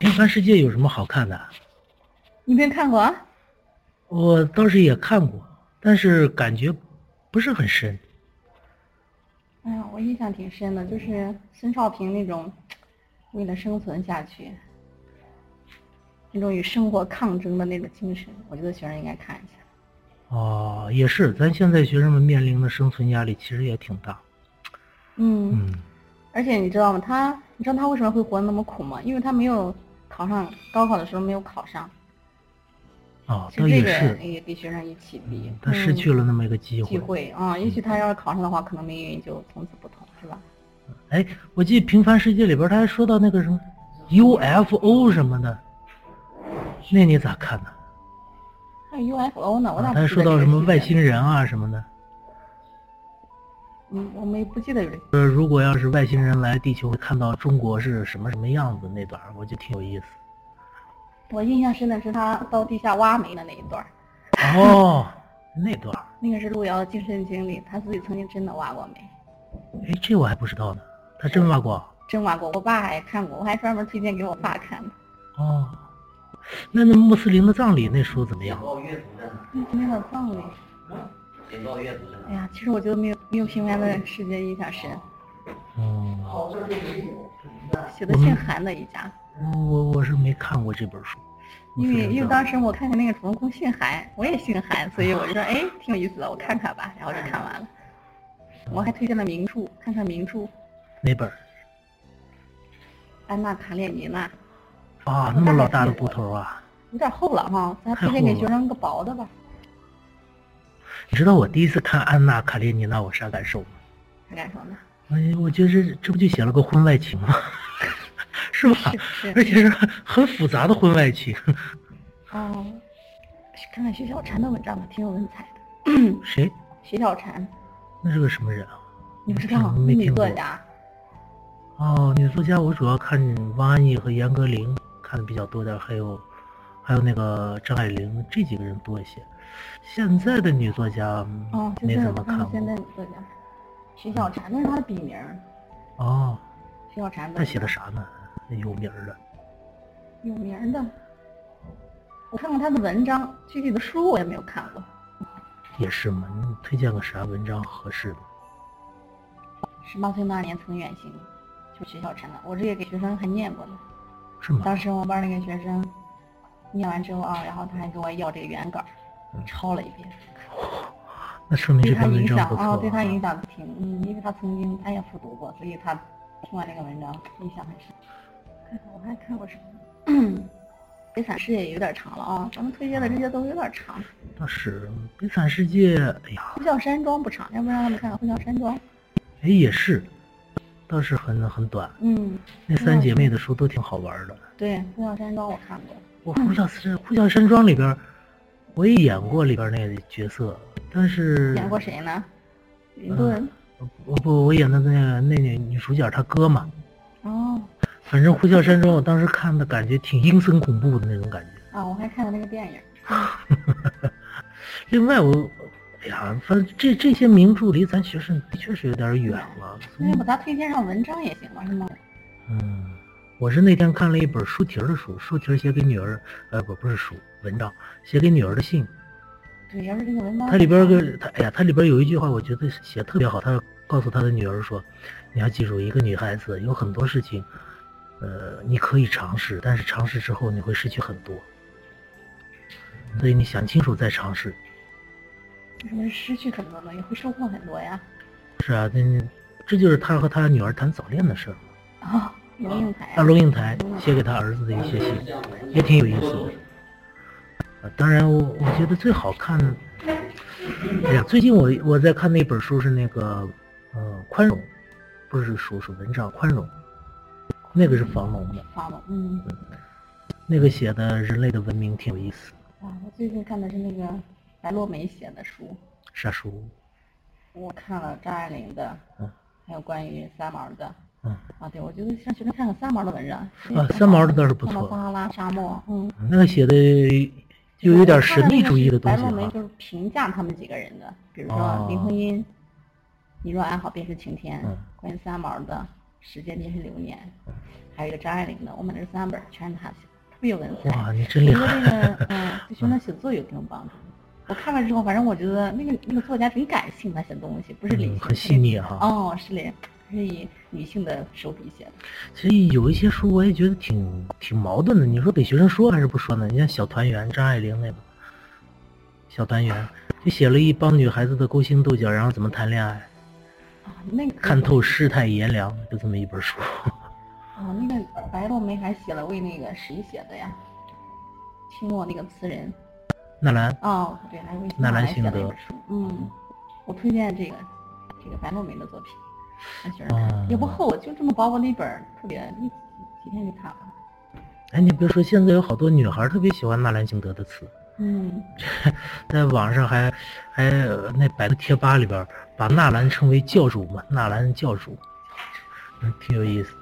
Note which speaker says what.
Speaker 1: 看看世界有什么好看的？
Speaker 2: 你没看过啊？
Speaker 1: 我倒是也看过，但是感觉不是很深。
Speaker 2: 哎呀，我印象挺深的，就是孙少平那种为了生存下去，那种与生活抗争的那种精神，我觉得学生应该看一下。
Speaker 1: 哦，也是，咱现在学生们面临的生存压力其实也挺大。
Speaker 2: 嗯，
Speaker 1: 嗯，
Speaker 2: 而且你知道吗？他，你知道他为什么会活得那么苦吗？因为他没有考上高考的时候没有考上，
Speaker 1: 哦，
Speaker 2: 其
Speaker 1: 倒
Speaker 2: 实
Speaker 1: 也
Speaker 2: 这
Speaker 1: 是
Speaker 2: 个，也给学生一起比
Speaker 1: 嗯，他失去了那么一个机
Speaker 2: 机
Speaker 1: 会。嗯
Speaker 2: 会啊、也许他要是考上的话，可能命运就从此不同，是吧？
Speaker 1: 哎，我记得《平凡世界》里边他还说到那个什么 UFO 什么的，那你咋看呢？
Speaker 2: 还有 UFO 呢，我咋
Speaker 1: 啊
Speaker 2: 不记得
Speaker 1: 他还说到
Speaker 2: 这个
Speaker 1: 什么外
Speaker 2: 细节呢
Speaker 1: 星？人啊什么的。
Speaker 2: 嗯，我没不记得有这。
Speaker 1: 呃，如果要是外星人来地球，看到中国是什么什么样子那段儿，我觉得挺有意思。
Speaker 2: 我印象深的是他到地下挖煤的那一段儿，
Speaker 1: 哦，那段儿，
Speaker 2: 那个是路遥的亲身经历，他自己曾经真的挖过煤，
Speaker 1: 哎，这我还不知道呢。他真挖过啊？
Speaker 2: 真挖过。我爸还看过，我还专门推荐给我爸看的。
Speaker 1: 哦，那那穆斯林的葬礼那书怎么样？啊
Speaker 3: 报阅读的呢？
Speaker 2: 嗯那个葬礼，
Speaker 3: 简报阅读的呢
Speaker 2: 哎？呀，其实我觉得没有没有平凡的世界印象深，
Speaker 1: 嗯，
Speaker 2: 写的姓韩的一家，
Speaker 1: 我我我是没看过这本书。穆
Speaker 2: 因
Speaker 1: 斯
Speaker 2: 为
Speaker 1: 林
Speaker 2: 因为
Speaker 1: 葬
Speaker 2: 当时我看见那个主人公姓韩，我也姓韩，所以我就说哎挺有意思的，我看看吧，然后就看完了。我还推荐了名著，看看名著《
Speaker 1: 哪本儿
Speaker 2: 安娜·卡列尼娜》，
Speaker 1: 啊？那
Speaker 2: 我
Speaker 1: 么
Speaker 2: 大概
Speaker 1: 老大
Speaker 2: 记
Speaker 1: 的
Speaker 2: 得
Speaker 1: 骨头啊！
Speaker 2: 有点厚了哈，咱
Speaker 1: 太
Speaker 2: 推荐给
Speaker 1: 厚
Speaker 2: 学
Speaker 1: 了
Speaker 2: 生个薄的吧。
Speaker 1: 你知道我第一次看《安娜·卡列尼娜》我啥感受吗？
Speaker 2: 啥感受呢？
Speaker 1: 哎，我觉得这这不就写了个婚外情吗？ 是吧？
Speaker 2: 是
Speaker 1: 而且是很复杂的婚外情。
Speaker 2: 哦，是看看徐小婵的文章吧，挺有文采的。
Speaker 1: 谁？
Speaker 2: 徐小婵，
Speaker 1: 哎那是个什么人啊？
Speaker 2: 你不知道
Speaker 1: 没
Speaker 2: 女
Speaker 1: 听过
Speaker 2: 作。家，
Speaker 1: 哦，女作家我主要看王安忆和严歌苓看的比较多点儿，还有还有那个张爱玲这几个人多一些。现在的女作家嗯
Speaker 2: 哦，现
Speaker 1: 没
Speaker 2: 在
Speaker 1: 怎
Speaker 2: 我
Speaker 1: 么
Speaker 2: 看
Speaker 1: 看
Speaker 2: 到现在
Speaker 1: 过。
Speaker 2: 女作家，徐小婵，那是她的笔名儿，
Speaker 1: 哦，
Speaker 2: 徐小婵。
Speaker 1: 她写的？啥呢？那有名儿的。
Speaker 2: 有名儿的，我看过她的文章，具体的书我也没有看过。
Speaker 1: 也是嘛，你推荐个啥文章合适的？
Speaker 2: 十八岁那年曾远行，就是徐小婵的，我这也给学生还念过呢。
Speaker 1: 是吗？
Speaker 2: 当时我们班儿那个学生念完之后啊，然后他还给我要这个原稿儿，抄了一遍。
Speaker 1: 那说明
Speaker 2: 对
Speaker 1: 这
Speaker 2: 他
Speaker 1: 篇文
Speaker 2: 影
Speaker 1: 章
Speaker 2: 响
Speaker 1: 不错、
Speaker 2: 啊、对他影。响挺，嗯，因为他曾经他也复读过，所以他听完这个文章印象很深。看看我还看过什么？北散事 也有点长了啊，咱们推荐的这些都有点长。
Speaker 1: 那是《悲惨世界》，哎呀，
Speaker 2: 呼啸山庄不长，要不然我们看看呼啸山庄。
Speaker 1: 哎也是，倒是很很短。
Speaker 2: 嗯，
Speaker 1: 那三姐妹的书都挺好玩的。
Speaker 2: 对，呼啸山庄我看过。
Speaker 1: 我《呼啸山》《呼啸山庄》里边儿，我也演过里边儿那个角色，但是嗯
Speaker 2: 演过谁呢？云顿。
Speaker 1: 我不我演的那个那女女主角她哥嘛。
Speaker 2: 哦，
Speaker 1: 反正《呼啸山庄》我当时看的感觉挺阴森恐怖的那种感觉。
Speaker 2: 啊，我还看了那个电影。
Speaker 1: 另外我，哎呀，反正这这些名著离咱学生的确是有点远了。所
Speaker 2: 那
Speaker 1: 以
Speaker 2: 要不咱推荐上文章也行吧，是吗？
Speaker 1: 嗯，我是那天看了一本舒婷儿的书，舒婷儿写给女儿，呃，不不是书，文章写给女儿的信。
Speaker 2: 对，要是这个文章。
Speaker 1: 它里边儿个它，哎呀，它里边儿有一句话，我觉得写得特别好。他告诉他的女儿说：“你要记住，一个女孩子有很多事情，呃，你可以尝试，但是尝试之后你会失去很多，所以你想清楚再尝试。
Speaker 2: 什么失去很多呢，也会收获很多呀。”
Speaker 1: 是啊，那这就是他和他女儿谈早恋的事儿。
Speaker 2: 啊，龙应台
Speaker 1: 大
Speaker 2: 啊。
Speaker 1: 龙应台写给他儿子的一些信，也挺有意思的。啊，当然我，我觉得最好看，哎呀，最近我我在看那本书是那个，呃，宽容，不是书是文章，宽容，那个是房龙的，
Speaker 2: 发了，嗯，
Speaker 1: 那个写的人类的文明挺有意思。
Speaker 2: 啊，我最近看的是那个白落梅写的书，
Speaker 1: 啥书？
Speaker 2: 我看了张爱玲的，
Speaker 1: 嗯
Speaker 2: 还有关于三毛的，
Speaker 1: 嗯，
Speaker 2: 啊，对，我觉得像学生看看三毛的文章，
Speaker 1: 啊三毛的倒是不错
Speaker 2: 三毛撒哈拉，大沙漠，嗯，
Speaker 1: 那个写的就有点神秘主义的东西
Speaker 2: 白落梅
Speaker 1: 哈。
Speaker 2: 就是评价他们几个人的，比如
Speaker 1: 哦
Speaker 2: 说林徽因，你若爱好便是晴天
Speaker 1: 嗯，
Speaker 2: 关于三毛的时间便是流年，还有一个张爱玲的，我买了三本，全是他写的，特别有文采。
Speaker 1: 哇，你
Speaker 2: 我
Speaker 1: 真
Speaker 2: 觉
Speaker 1: 厉
Speaker 2: 得这
Speaker 1: 害！
Speaker 2: 个，嗯，对学生写作有这种帮助。我看完之后，反正我觉得那个那个作家挺感性的，他写的东西不是
Speaker 1: 嗯，
Speaker 2: 理性，
Speaker 1: 很细腻哈。
Speaker 2: 哦，是嘞，是以女性的手笔写的。
Speaker 1: 其实有一些书我也觉得挺挺矛盾的，你说给学生说还是不说呢？你像《小团圆》张爱玲那个《小团圆》，就写了一帮女孩子的勾心斗角，然后怎么谈恋爱，
Speaker 2: 啊，那个
Speaker 1: 看透世态炎凉，就这么一本书。
Speaker 2: 啊，那个白落梅还写了为那个谁写的呀？清末那个词人
Speaker 1: 纳兰，
Speaker 2: 哦，对，还为
Speaker 1: 纳兰
Speaker 2: 写
Speaker 1: 性
Speaker 2: 了一
Speaker 1: 德
Speaker 2: 本书。嗯，我推荐这个这个白落梅的作品，让学生
Speaker 1: 哦
Speaker 2: 看，也不厚，就这么薄薄的一本儿，特别一几天就看完了。
Speaker 1: 哎，你别说，现在有好多女孩特别喜欢纳兰性德的词，
Speaker 2: 嗯，
Speaker 1: 在网上还还呃那百度贴吧里边儿把纳兰称为教主嘛，纳兰教主，嗯，挺有意思的。